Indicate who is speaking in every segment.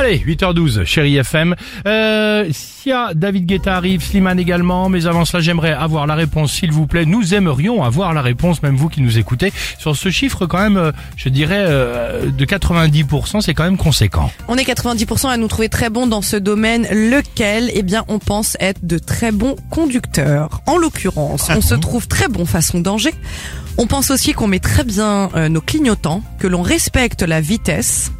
Speaker 1: Allez, 8h12, chérie FM. Euh, Sia, David Guetta arrive, Slimane également, mais avant cela, j'aimerais avoir la réponse, s'il vous plaît. Nous aimerions avoir la réponse, même vous qui nous écoutez, sur ce chiffre quand même, euh, je dirais, euh, de 90%, c'est quand même conséquent.
Speaker 2: On est 90% à nous trouver très bons dans ce domaine, lequel, eh bien, on pense être de très bons conducteurs. En l'occurrence, on se trouve très bon façon danger. On pense aussi qu'on met très bien euh, nos clignotants, que l'on respecte la vitesse.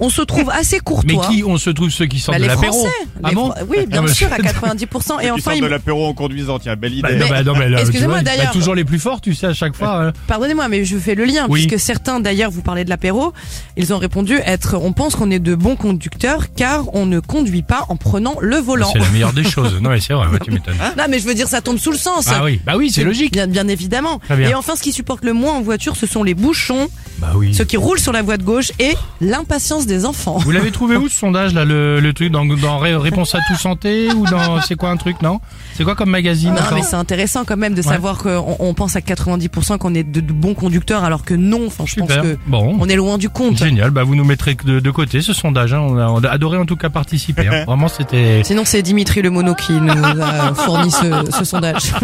Speaker 2: On se trouve assez
Speaker 1: Mais
Speaker 2: courtois.
Speaker 1: qui, on se trouve ceux qui sortent
Speaker 2: Bah,
Speaker 1: de
Speaker 2: les
Speaker 1: l'apéro
Speaker 2: Français.
Speaker 1: Ah
Speaker 2: Les
Speaker 1: bon
Speaker 2: Fran- Oui,
Speaker 1: Ah,
Speaker 2: bien
Speaker 1: mais-
Speaker 2: sûr, à 90%. Et
Speaker 3: Qui
Speaker 2: enfin,
Speaker 3: sortent
Speaker 2: il-
Speaker 3: de l'apéro en conduisant, tiens, belle
Speaker 1: Bah,
Speaker 3: idée.
Speaker 1: non, bah, non, mais là, tu
Speaker 2: Excusez-moi,
Speaker 1: vois, bah,
Speaker 2: d'ailleurs.
Speaker 1: toujours les plus forts, tu sais, à chaque fois. hein.
Speaker 2: pardonnez-moi, mais je fais le lien,
Speaker 1: Oui.
Speaker 2: puisque certains, d'ailleurs, vous parlez de l'apéro, ils ont répondu être, on pense qu'on est de bons conducteurs, car on ne conduit pas en prenant le volant.
Speaker 1: Ah, C'est la meilleure des choses. Non, mais c'est vrai, ouais, tu m'étonnes.
Speaker 2: Non, mais je veux dire, ça tombe sous le sens.
Speaker 1: Ah oui, bah oui, c'est logique.
Speaker 2: Bien, bien évidemment.
Speaker 1: Très bien.
Speaker 2: Et enfin, ce qui supporte le moins en voiture, ce sont les bouchons,
Speaker 1: Bah oui.
Speaker 2: ceux qui roulent sur la voie de gauche et l'impatience des enfants.
Speaker 1: Vous l'avez trouvé où ce sondage là, le, le truc dans, dans Ré- Réponse à tout santé ou dans c'est quoi un truc non C'est quoi comme magazine
Speaker 2: Non,
Speaker 1: encore
Speaker 2: mais c'est intéressant quand même de savoir qu'on on pense à 90% qu'on est de, de bons conducteurs, alors que non, enfin, je pense
Speaker 1: Super.
Speaker 2: que
Speaker 1: Bon,
Speaker 2: on est loin du compte.
Speaker 1: génial. Bah vous nous mettrez de, de côté ce sondage. hein. On, a, on a adoré en tout cas participer. hein. Vraiment, c'était.
Speaker 2: Sinon, c'est Dimitri Le Mono qui nous a fourni ce, ce sondage.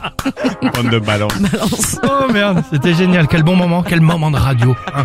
Speaker 3: Bande de ballons.
Speaker 2: Balance.
Speaker 1: Oh merde, c'était génial. Quel bon moment, quel moment de radio. hein.